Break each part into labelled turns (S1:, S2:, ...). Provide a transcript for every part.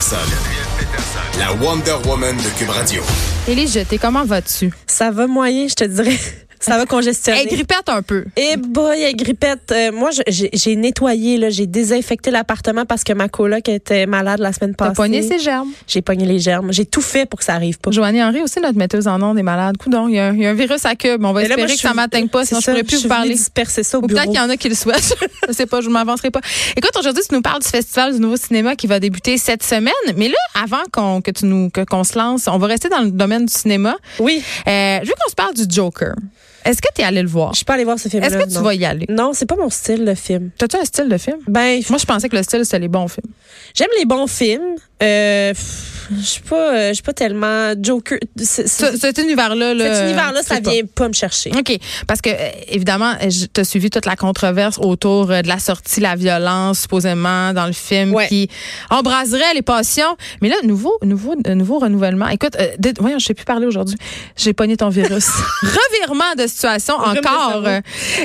S1: Peterson, la Wonder Woman de Cube Radio.
S2: Élise Jeté, comment vas-tu?
S3: Ça va moyen, je te dirais. Ça va congestionner.
S2: Elle grippette un peu.
S3: Eh boy, eh, grippette. Euh, moi, je- j'ai j'ai nettoyé, là, j'ai désinfecté l'appartement parce que ma coloc était malade la semaine
S2: T'as
S3: passée.
S2: pogné ses germes.
S3: J'ai pogné les germes. J'ai tout fait pour que ça arrive pas.
S2: Joannie Henry aussi, notre metteuse en ondes, est malade. Coudon, il y, a un- il y a un virus à cube. On va
S3: Mais là,
S2: espérer
S3: moi, je
S2: que ça
S3: suis-
S2: m'atteigne pas,
S3: C'est
S2: sinon
S3: ça,
S2: je pourrais plus
S3: suis
S2: vous
S3: venue
S2: parler.
S3: disperser ça au
S2: Ou
S3: bureau.
S2: peut-être qu'il y en a qui le souhaitent. je sais pas, je m'avancerai pas. Écoute, aujourd'hui, tu nous parles du Festival du Nouveau Cinéma qui va débuter cette semaine. Mais là, avant qu'on que tu nous que- qu'on se lance, on va rester dans le domaine du cinéma.
S3: Oui,
S2: Euh, je veux qu'on se parle du Joker. Est-ce que tu es allé le voir?
S3: je suis pas allée voir ce film-là.
S2: Est-ce que tu
S3: non.
S2: vas y aller?
S3: Non, c'est pas mon style, le film.
S2: T'as-tu un style de film?
S3: Ben,
S2: Moi, je pensais que le style, c'était les bons films.
S3: j'aime les bons films. Euh, pff, je suis pas, euh, je suis pas tellement Joker. c'est- c'est-
S2: Ce- cet univers-là, là,
S3: cet univers-là,
S2: c'est
S3: ça
S2: pas.
S3: vient pas me chercher.
S2: OK. Parce que, euh, évidemment, euh, je- t'as suivi toute la controverse autour euh, de la sortie, la violence, supposément, dans le film,
S3: Ouais.
S2: qui embraserait les passions. Mais là, nouveau, nouveau, euh, nouveau renouvellement. Écoute, euh, dé- voyons, je sais plus parler aujourd'hui. J'ai pogné ton virus. Revirement de situation
S3: de
S2: encore.
S3: cerveau.
S2: Euh,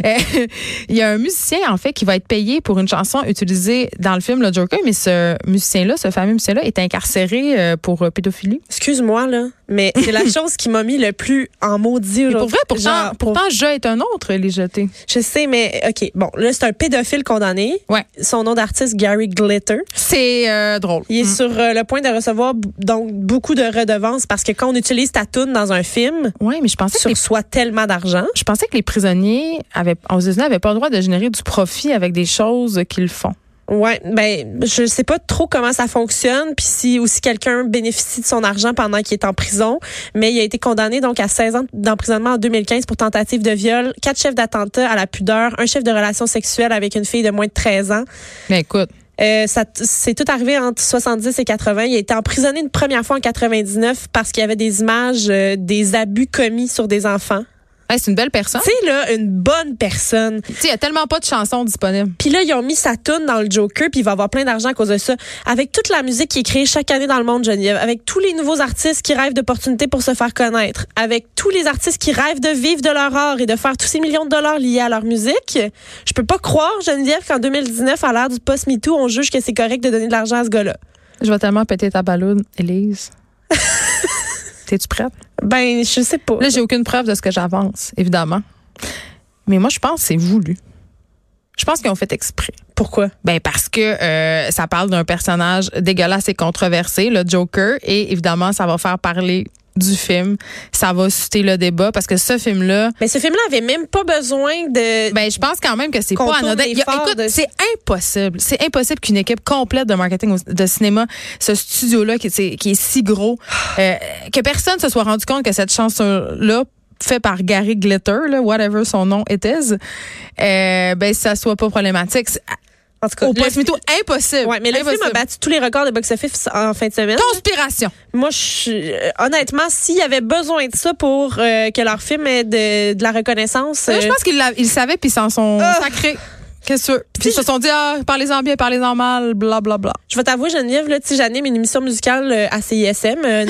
S2: euh, Il y a un musicien, en fait, qui va être payé pour une chanson utilisée dans le film Le Joker, mais ce musicien-là, ce fameux musicien-là, est incarcéré euh, pour euh, pédophilie.
S3: Excuse-moi, là, mais c'est la chose qui m'a mis le plus en maudit
S2: Et pour
S3: aujourd'hui.
S2: vrai, pourtant,
S3: Genre, pour-
S2: pourtant, je est un autre, les jetés.
S3: Je sais, mais OK. Bon, là, c'est un pédophile condamné.
S2: Ouais.
S3: Son nom d'artiste, Gary Glitter.
S2: C'est euh, drôle.
S3: Il est sur euh, le point de recevoir b- donc beaucoup de redevances parce que quand on utilise ta toune dans un film,
S2: Oui, mais je pensais que
S3: tu
S2: les,
S3: reçois tellement d'argent.
S2: je pensais que les prisonniers avaient, aux États-Unis n'avaient pas le droit de générer du profit avec des choses qu'ils font.
S3: Ouais, ben je sais pas trop comment ça fonctionne, puis si aussi quelqu'un bénéficie de son argent pendant qu'il est en prison, mais il a été condamné donc à 16 ans d'emprisonnement en 2015 pour tentative de viol, quatre chefs d'attentat à la pudeur, un chef de relation sexuelle avec une fille de moins de 13 ans.
S2: Mais écoute,
S3: Euh, ça t- c'est tout arrivé entre 70 et 80. Il a été emprisonné une première fois en 99 parce qu'il y avait des images euh, des abus commis sur des enfants.
S2: hey, c'est une belle personne.
S3: Tu sais là, une bonne personne.
S2: Tu sais, Il y a tellement pas de chansons disponibles.
S3: Puis là, ils ont mis sa toune dans le Joker, puis il va avoir plein d'argent à cause de ça. Avec toute la musique qui est créée chaque année dans le monde, Geneviève, avec tous les nouveaux artistes qui rêvent d'opportunités pour se faire connaître, avec tous les artistes qui rêvent de vivre de leur art et de faire tous ces millions de dollars liés à leur musique, je peux pas croire, Geneviève, qu'en 2019, à l'ère du post-MeToo, on juge que c'est correct de donner de l'argent à ce gars-là.
S2: Je vais tellement péter ta balloune, Élise. T'es-tu prête?
S3: Ben, je sais pas.
S2: Là, j'ai aucune preuve de ce que j'avance, évidemment. Mais moi, je pense que c'est voulu. Je pense qu'ils ont fait exprès.
S3: Pourquoi?
S2: Ben parce que euh, ça parle d'un personnage dégueulasse et controversé, le Joker, et évidemment ça va faire parler du film, ça va susciter le débat parce que ce film-là,
S3: Mais Ben, ce film-là avait même pas besoin de.
S2: ben je pense quand même que c'est
S3: Qu'on
S2: pas
S3: tourne
S2: anodin.
S3: les
S2: Il y a-
S3: phares
S2: écoute,
S3: de-
S2: c'est impossible, c'est impossible qu'une équipe complète de marketing au- de cinéma, ce studio-là qui, c'est- qui est si gros, euh, que personne se soit rendu compte que cette chanson-là faite par Gary Glitter, là, whatever son nom était, euh, ben ça soit pas problématique. C'est-
S3: en tout cas,
S2: Au
S3: le-
S2: post-mito, impossible.
S3: Ouais, mais le film
S2: Impossible.
S3: a battu tous les records de box-office en fin de semaine.
S2: Conspiration.
S3: Moi, je suis- euh, honnêtement, s'il y avait besoin de ça pour euh, que leur film ait de, de la reconnaissance,
S2: Moi, je
S3: euh,
S2: pense qu'ils l'a- ils le savaient, puis ils s'en sont
S3: Ah.
S2: sacrés. Qu'est-ce que tu veux? Puis ils se sont dit, ah, parlez-en bien, parlez-en mal, bla, bla, bla.
S3: je vais t'avouer, Geneviève, là, tu sais, j'anime une émission musicale euh, à CISM, euh, une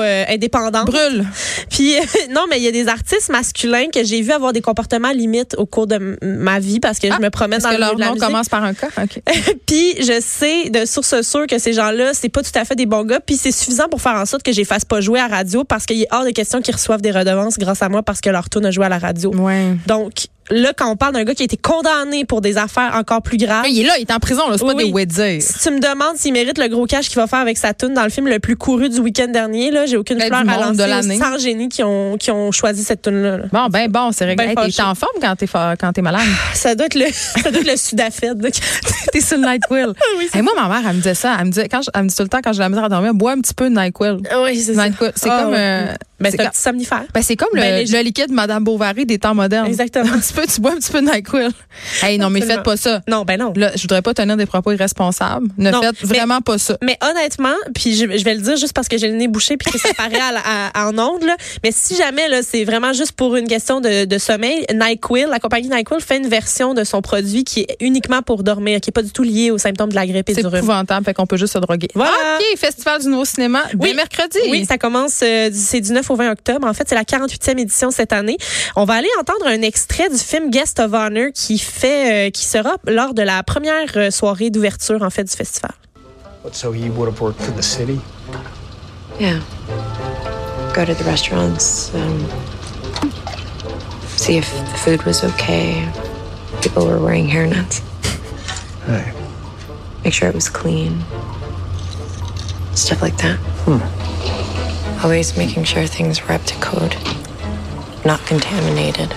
S3: euh, indépendante.
S2: Brûle.
S3: Puis euh, non, mais il y a des artistes masculins que j'ai vu avoir des comportements limites au cours de m- ma vie parce que
S2: Ah,
S3: je me promène
S2: Parce
S3: dans
S2: que leur
S3: le milieu de la
S2: nom
S3: musique.
S2: commence par un cas. OK.
S3: Puis je sais de source sûre que ces gens-là, c'est pas tout à fait des bons gars. Puis c'est suffisant pour faire en sorte que je les fasse pas jouer à radio parce qu'il est hors de question qu'ils reçoivent des redevances grâce à moi parce que leur tourne a joué à la radio.
S2: Ouais.
S3: Donc là, quand on parle d'un gars qui a été condamné pour des affaires encore plus graves,
S2: il est là, il est en prison, là. C'est pas
S3: Oui,
S2: des
S3: oui.
S2: wedges.
S3: si tu me demandes s'il mérite le gros cash qu'il va faire avec sa toune dans le film le plus couru du week-end dernier, là, j'ai aucune
S2: Ben,
S3: fleur
S2: du
S3: à
S2: monde
S3: lancer
S2: de l'année.
S3: aux 100 génies qui ont, qui ont choisi cette toune-là. là.
S2: Bon, ben, bon, c'est réglé.
S3: Ben
S2: Hey, t'es
S3: fâché.
S2: en forme quand t'es, fa- quand t'es malade.
S3: Bah, Ça doit être le, ça doit être le Sudafed. là.
S2: t'es sur le NyQuil.
S3: Ah
S2: Hey, moi, ma mère, elle me disait ça. Elle me, dit, quand je- elle me dit tout le temps, quand j'ai la misère à dormir, bois un petit peu de NyQuil.
S3: oui, c'est ça.
S2: NyQuil. C'est
S3: Ah,
S2: comme,
S3: ouais.
S2: euh,
S3: Ben,
S2: c'est
S3: c'est un
S2: comme-
S3: petit somnifère.
S2: ben, c'est comme le,
S3: Ben, les-
S2: le liquide Madame Bovary des temps modernes.
S3: Exactement.
S2: Un petit peu, tu bois un petit peu de NyQuil. Hey, non, mais
S3: Absolument.
S2: faites pas ça.
S3: Non, ben non.
S2: Là, je voudrais pas tenir des propos irresponsables. Ne
S3: Non,
S2: faites
S3: mais-
S2: vraiment pas ça.
S3: Mais honnêtement, puis je, je vais le dire juste parce que j'ai le nez bouché puis que ça paraît à, la- à- en ondes, là, mais si jamais là, c'est vraiment juste pour une question de, de sommeil, NyQuil, la compagnie NyQuil fait une version de son produit qui est uniquement pour dormir, qui est pas du tout liée aux symptômes de la grippe et
S2: C'est
S3: du rhume.
S2: épouvantable, fait qu'on peut juste se droguer. Ah,
S3: Voilà.
S2: OK, Festival du Nouveau Cinéma, dès
S3: Oui.
S2: mercredi.
S3: Oui, ça commence, euh, du- c'est du 9 au 20 octobre. En fait, c'est la 48e édition cette année. On va aller entendre un extrait du film Guest of Honor qui fait, euh, qui sera lors de la première euh, soirée d'ouverture, en fait, du festival.
S4: What, so he would have worked for the city?
S5: Yeah. Go to the restaurants, um, see if the food was okay, if people were wearing hairnets,
S4: Hey.
S5: make sure it was clean, stuff like that. Always making sure things were up to code, not contaminated.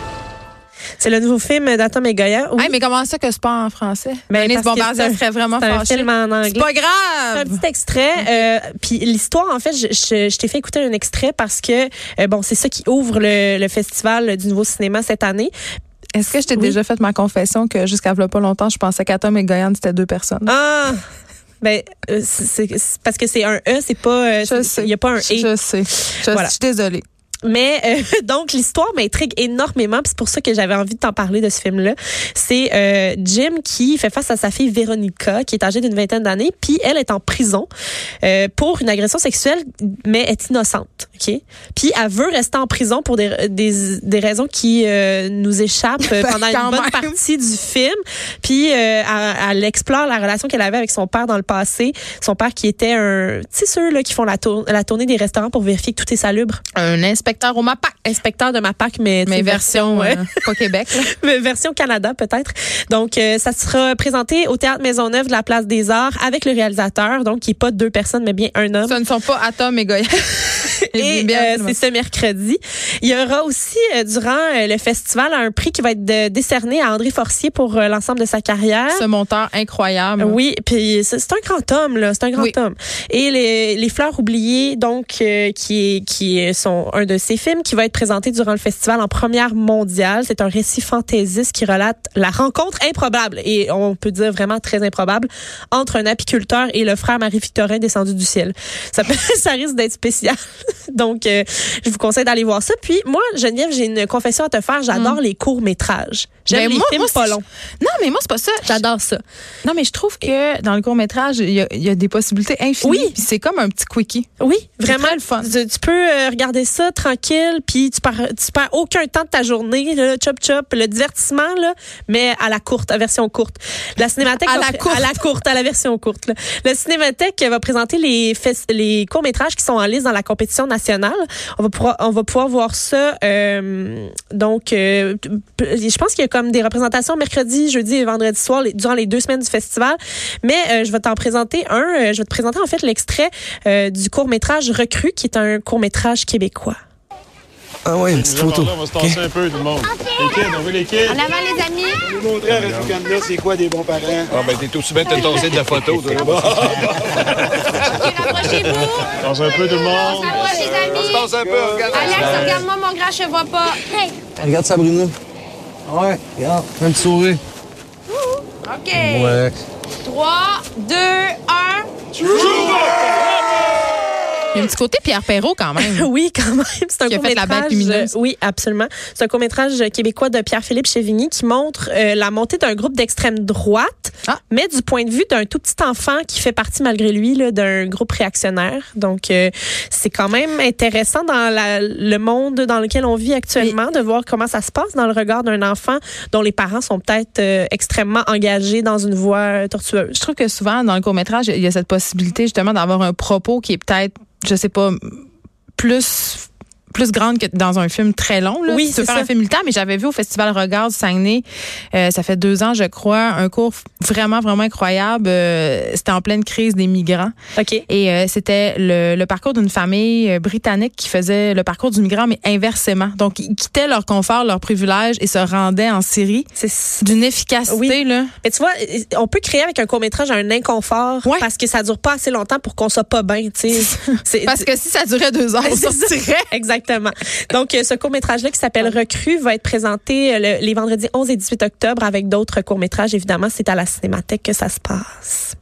S3: C'est le nouveau film d'Atom et Goya. Oui.
S2: Hey, mais comment ça que c'est pas en français?
S3: Ben,
S2: Denise
S3: parce que
S2: Bombardier
S3: c'est un-
S2: serait vraiment
S3: c'est un
S2: fâchée.
S3: film en anglais.
S2: C'est pas
S3: C'est un
S2: grave!
S3: petit extrait. euh, Puis l'histoire, en fait, je, je- je t'ai fait écouter un extrait parce que, euh, bon, c'est ça qui ouvre le, le festival du nouveau cinéma cette année.
S2: Est-ce que je t'ai déjà fait ma confession que jusqu'à v'là pas longtemps, je pensais qu'Atom et Goyan, c'était deux personnes?
S3: Ah! Ben, euh, c'est c'est- parce que c'est un E, c'est pas. euh,
S2: Je
S3: c'est-
S2: sais.
S3: Il n'y a pas un E.
S2: Je, je sais. Je,
S3: Voilà.
S2: je suis désolée.
S3: Mais euh, donc l'histoire m'intrigue énormément, puis c'est pour ça que j'avais envie de t'en parler de ce film-là. C'est euh, Jim qui fait face à sa fille Véronica, qui est âgée d'une vingtaine d'années, puis elle est en prison euh, pour une agression sexuelle, mais est innocente, ok Puis elle veut rester en prison pour des des, des raisons qui euh, nous échappent euh,
S2: Ben,
S3: pendant une
S2: quand
S3: bonne
S2: même.
S3: partie du film. Puis euh, elle, elle explore la relation qu'elle avait avec son père dans le passé, son père qui était un, tu sais ceux là qui font la, tour- la tournée des restaurants pour vérifier que tout est salubre
S2: Un inspecteur au MAPAC.
S3: inspecteur de ma PAC, mais,
S2: Mais
S3: tu sais,
S2: version,
S3: ouais.
S2: euh, pas Québec. là.
S3: mais version Canada peut-être. Donc, euh, ça sera présenté au Théâtre Maisonneuve de la Place des Arts avec le réalisateur, donc qui est pas deux personnes, mais bien un homme.
S2: Ce ne sont pas Atom et Goyan.
S3: Et euh, c'est ce mercredi. Il y aura aussi, euh, durant euh, le festival, un prix qui va être de- décerné à André Forcier pour euh, l'ensemble de sa carrière.
S2: ce monteur incroyable.
S3: Oui, puis c'est c'est un grand homme là, c'est un
S2: Mm-hmm.
S3: grand
S2: Oui.
S3: homme. Et les, les fleurs oubliées donc euh, qui est- qui est- sont un de ses films qui va être présenté durant le festival en première mondiale, c'est un récit fantaisiste qui relate la rencontre improbable et on peut dire vraiment très improbable entre un apiculteur et le frère Marie-Victorin descendu du ciel. Ça peut- ça risque d'être spécial. donc euh, je vous conseille d'aller voir ça. Puis moi Geneviève, j'ai une confession à te faire, j'adore les courts-métrages.
S2: Mm.
S3: J'aime
S2: Ben,
S3: les
S2: moi-
S3: films
S2: moi,
S3: pas
S2: c'est-
S3: longs.
S2: Non, mais moi, c'est pas ça.
S3: J'adore ça.
S2: Non, mais je trouve que dans le court-métrage, il y, a- il y a des possibilités infinies.
S3: Oui.
S2: Puis c'est comme un petit quickie.
S3: Oui, vraiment
S2: très le fun.
S3: Tu, tu peux euh, regarder ça tranquille, puis tu perds, tu perds aucun temps de ta journée, là, chop chop, le divertissement là, mais à la courte, à version courte. La cinémathèque
S2: À
S3: va
S2: la
S3: pré-
S2: courte.
S3: à la courte, à la version courte. là. La cinémathèque va présenter les fes- les courts métrages qui sont en liste dans la compétition nationale. On va pouvoir, on va pouvoir voir ça. euh, donc, euh, p- je pense qu'il y a comme des représentations mercredi, jeudi et vendredi soir les- durant les deux semaines du festival. Mais euh, je vais t'en présenter un. Euh, je vais te présenter en fait l'extrait euh, du court métrage Recrue, qui est un court métrage québécois.
S6: Ah ouais, une petite
S7: Viens par
S6: photo.
S7: là, On va se tasser un peu, tout le monde. Les kids, on veut les kids.
S8: Ah ben t'es aussi bien de te tasser de la photo, toi.
S7: Tasse un peu, tout le monde.
S8: Tasse un peu, regarde.
S6: Regarde Sabrina.
S7: Ah
S6: Ouais, regarde, un petit sourire.
S9: OK.
S6: Ouais.
S9: 3, 2, 1.
S2: Il y a un petit côté Pierre Perrault quand même.
S3: Oui, quand même. C'est un
S2: Qui a
S3: court
S2: fait la bague
S3: métrage.
S2: lumineuse.
S3: oui, absolument. C'est un court métrage québécois de Pierre-Philippe Chevigny qui montre euh, la montée d'un groupe d'extrême droite,
S2: Ah.
S3: mais du point de vue d'un tout petit enfant qui fait partie malgré lui là, d'un groupe réactionnaire. Donc, euh, c'est quand même intéressant dans la- le monde dans lequel on vit actuellement de voir comment ça se passe dans le regard d'un enfant dont les parents sont peut-être euh, extrêmement engagés dans une voie euh, tortueuse.
S2: je trouve que souvent, dans le court-métrage, il y a cette possibilité justement d'avoir un propos qui est peut-être, je sais pas, plus plus grande que dans un film très long. Là.
S3: Oui,
S2: tu peux
S3: c'est
S2: faire
S3: ça.
S2: un film temps, mais j'avais vu au Festival Regard du Saguenay, euh, ça fait deux ans, je crois, un cours vraiment, vraiment incroyable. Euh, C'était en pleine crise des migrants.
S3: OK.
S2: Et euh, c'était le, le parcours d'une famille euh, britannique qui faisait le parcours du migrant, mais inversement. Donc, ils quittaient leur confort, leur privilège et se rendaient en Syrie
S3: C'est
S2: d'une efficacité.
S3: Oui.
S2: Là.
S3: Mais tu vois, on peut créer avec un court-métrage un inconfort
S2: Ouais.
S3: parce que ça dure pas assez longtemps pour qu'on soit pas bien, tu sais. C'est-
S2: Parce que si ça durait deux heures, on
S3: C'est ça.
S2: sortirait.
S3: Exactement. Donc, euh, ce court-métrage-là qui s'appelle Recrue va être présenté euh, le- les vendredis 11 et 18 octobre avec d'autres courts-métrages. Évidemment, c'est à la Cinémathèque que ça se passe.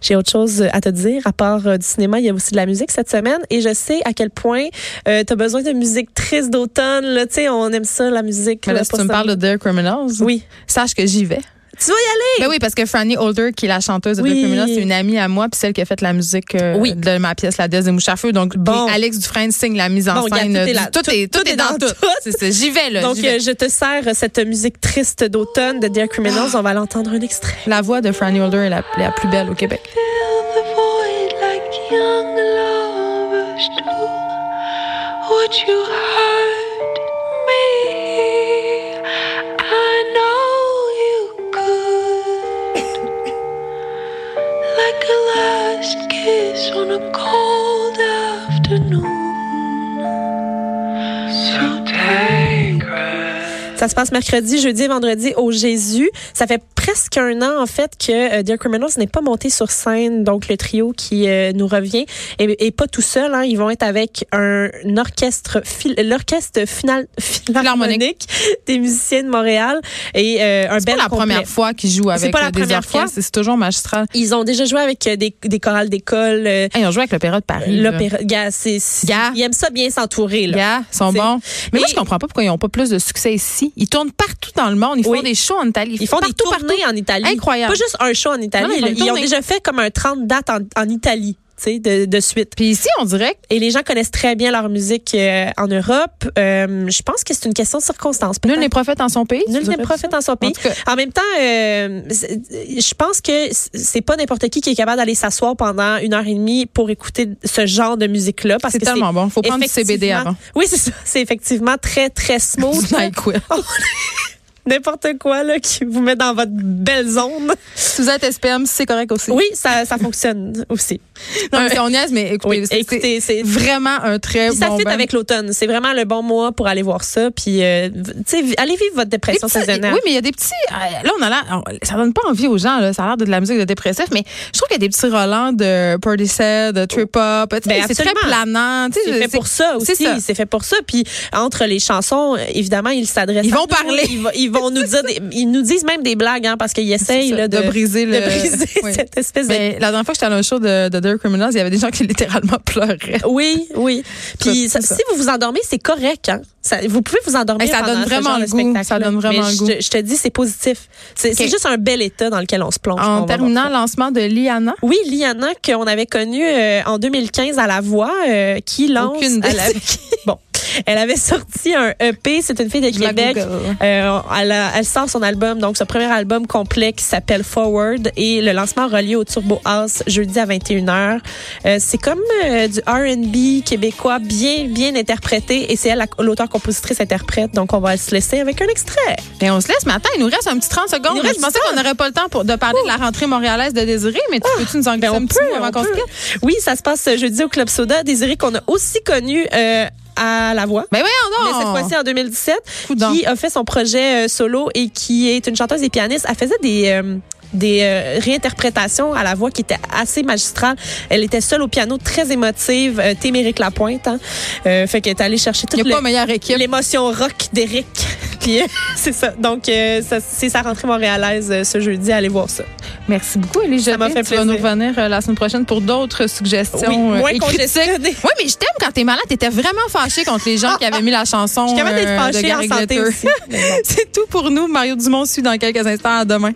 S3: J'ai autre chose à te dire. À part euh, du cinéma, il y a aussi de la musique cette semaine. Et je sais à quel point euh, tu as besoin de musique triste d'automne. là. Tu sais, on aime ça, la musique.
S2: Mais
S3: là,
S2: là, si
S3: pour
S2: tu me
S3: ça.
S2: parles de Dear Criminals,
S3: Oui.
S2: sache que j'y vais.
S3: Tu vas y aller!
S2: Ben oui, parce que Franny Holder, qui est la chanteuse de
S3: Oui.
S2: Dear Criminals, c'est une amie à moi, puis celle qui a fait la musique euh,
S3: Oui.
S2: de ma pièce La Déesse des Mouches à Feu. Donc,
S3: Bon.
S2: puis Alex Dufresne signe la mise en
S3: Bon, regarde,
S2: scène.
S3: tout est
S2: du-
S3: là-
S2: tout, est, tout est dans tout. C'est ça. J'y vais, là.
S3: Donc,
S2: j'y vais.
S3: euh, je te sers cette musique triste d'automne de Dear Criminals. On va l'entendre un extrait.
S2: La voix de Franny Holder est la, la plus belle au Québec.
S5: Feel the
S10: young lovers do, would you hurt me? I know you could. Like a last kiss on a cold afternoon. So take rest.
S3: Ça se passe mercredi, jeudi et vendredi au Jésus. Ça fait presque un an, en fait, que euh, Dear Criminals n'est pas monté sur scène. Donc, le trio qui euh, nous revient et, et pas tout seul. hein. Ils vont être avec un, un orchestre, phil- l'orchestre final, philharmonique des musiciens de Montréal et euh, un
S2: C'est
S3: bel
S2: pas la
S3: complet.
S2: première fois qu'ils jouent avec
S3: pas la
S2: euh, des
S3: première fois.
S2: orchestres. C'est toujours magistral.
S3: Ils ont déjà joué avec euh, des, des chorales d'école. euh,
S2: Hey, ils ont joué avec l'Opéra de Paris. là.
S3: L'opéra, gars, c'est, c'est-
S2: Gars.
S3: ils aiment ça bien s'entourer, là.
S2: Yeah, ils sont
S3: C'est-
S2: bons. Mais moi,
S3: Et-
S2: je comprends pas pourquoi ils n'ont pas plus de succès ici. Ils tournent partout dans le monde. Ils
S3: Oui.
S2: font des shows en Italie.
S3: Ils font
S2: partout,
S3: des tournées en Italie.
S2: Incroyable.
S3: Pas juste un show en Italie.
S2: Non, non, ils ont
S3: là.
S2: une
S3: ils, ont
S2: tournée.
S3: déjà fait comme un 30 dates en, en Italie, tu sais, de, de suite.
S2: Puis ici, on dirait que
S3: Et les gens connaissent très bien leur musique euh, en Europe. Euh, je pense que c'est une question de circonstance.
S2: nul
S3: peut-être.
S2: n'est prophète en son pays.
S3: Nul
S2: tu
S3: n'est
S2: dirais
S3: prophète
S2: ça?
S3: en son pays. Ah,
S2: En tout cas,
S3: En même temps, euh, c'est- je pense que c- c'est pas n'importe qui qui est capable d'aller s'asseoir pendant une heure et demie pour écouter ce genre de musique-là. Parce
S2: c'est
S3: que c'est
S2: tellement bon. Faut prendre du CBD
S3: effectivement-
S2: avant.
S3: Oui, c'est ça. C'est effectivement très, très smooth.
S2: Du NyQuil.
S3: Oh, N'importe quoi là, qui vous met dans votre belle zone.
S2: Suzette SPM, c'est correct aussi.
S3: Oui, ça, ça fonctionne aussi.
S2: Non, mais c'est- on niaise, mais écoutez,
S3: Oui,
S2: c'est-
S3: écoutez, c'est-
S2: c'est vraiment un très
S3: Puis ça
S2: bon
S3: fit
S2: band.
S3: avec l'automne. C'est vraiment le bon mois pour aller voir ça. Puis, euh, v- tu sais, vi- allez vivre votre
S2: Des
S3: dépression
S2: petits-
S3: saisonnière.
S2: oui, mais il y a des petits. euh, Là, on a l'air. on- Ça donne pas envie aux gens, là. Ça a l'air de, de la musique de dépressif, mais je trouve qu'il y a des petits Roland de Portishead, de Trip Hop. tu sais,
S3: Ben,
S2: c'est très
S3: absolument.
S2: planant. tu sais,
S3: C'est
S2: je-
S3: fait pour ça
S2: c'est
S3: aussi.
S2: ça.
S3: C'est fait pour ça. Puis entre les chansons, euh, évidemment, ils s'adressent.
S2: Ils
S3: à
S2: vont
S3: nous.
S2: parler.
S3: Ils, va- ils vont nous dire. des- ils nous disent même des blagues, hein, parce qu'ils essayent
S2: ça,
S3: là, de,
S2: de briser
S3: de
S2: le-
S3: briser
S2: oui.
S3: cette espèce de.
S2: Ben, la dernière fois que j'étais à un show de, de Dear Criminals, il y avait des gens qui littéralement pleuraient.
S3: Oui, oui. Puis
S2: Ça,
S3: ça-
S2: c'est ça.
S3: si vous vous endormez, c'est correct. Hein? Ça- vous pouvez vous endormir.
S2: Hey, ça
S3: pendant
S2: donne
S3: ce
S2: vraiment
S3: genre de
S2: le goût.
S3: spectacle-là.
S2: Ça donne vraiment
S3: Mais
S2: le goût.
S3: Je, te- je te dis, c'est positif. C'est c'est
S2: OK.
S3: juste un bel état dans lequel on se plonge. quand on
S2: En
S3: va voir
S2: terminant,
S3: ça.
S2: lancement de Liana.
S3: Oui, Liana, qu'on avait connue euh, en 2015 à La Voix, euh, qui lance...
S2: Aucune idée
S3: elle
S2: c'est
S3: avait- Bon, elle avait sorti un EP, c'est une fille de
S2: Je la
S3: Québec.
S2: Google.
S3: Euh, elle, a- elle sort son album, donc ce premier album complet qui s'appelle Forward et le lancement aura lieu au Turbo House jeudi à 21h. Euh, c'est comme euh, du R&B québécois bien, bien interprété et c'est elle, la- l'auteur-compositrice-interprète, donc on va se laisser avec un extrait.
S2: Ben, on se laisse, mais attends, il nous reste un petit 30 secondes.
S3: Il nous reste
S2: je pensais qu'on n'aurait pas le temps pour, de parler de la rentrée montréalaise de Désiré, mais tu peux-tu nous en glisser
S3: Ben,
S2: un
S3: on
S2: petit
S3: peut,
S2: mot avant
S3: on
S2: qu'on se
S3: peut.
S2: quitte?
S3: Oui, ça se passe euh, jeudi au Club Soda. Désiré qu'on a aussi connu euh, à La Voix.
S2: Ben
S3: Mais
S2: voyons
S3: cette
S2: donc!
S3: fois-ci en 2017,
S2: Coudonc.
S3: qui a fait son projet euh, solo et qui est une chanteuse et pianiste. Elle faisait des euh, des euh, réinterprétations à la voix qui étaient assez magistrales. Elle était seule au piano, très émotive, euh, témérique la pointe. Hein. Euh, fait qu'elle est allée chercher
S2: il
S3: toute
S2: n'y a pas
S3: le-
S2: meilleure équipe.
S3: l'émotion rock d'Eric. Puis euh, c'est ça. Donc euh, ça- c'est sa rentrée montréalaise euh, ce jeudi. Allez voir ça.
S2: Merci beaucoup, Elie
S3: Ça m'a
S2: Jeté.
S3: fait
S2: Tu vas nous
S3: plaisir.
S2: revenir euh, la semaine prochaine pour d'autres suggestions
S3: Oui,
S2: euh,
S3: moins
S2: et critiques.
S3: congestionnée.
S2: Oui, mais je t'aime quand t'es malade. T'étais vraiment fâchée contre les gens qui avaient mis la chanson
S3: Ah, Je suis capable
S2: euh,
S3: d'être
S2: de
S3: fâchée en
S2: Gary
S3: santé
S2: Glitter.
S3: aussi. Mais bon.
S2: C'est tout pour nous. Mario Dumont suit dans quelques instants. À demain.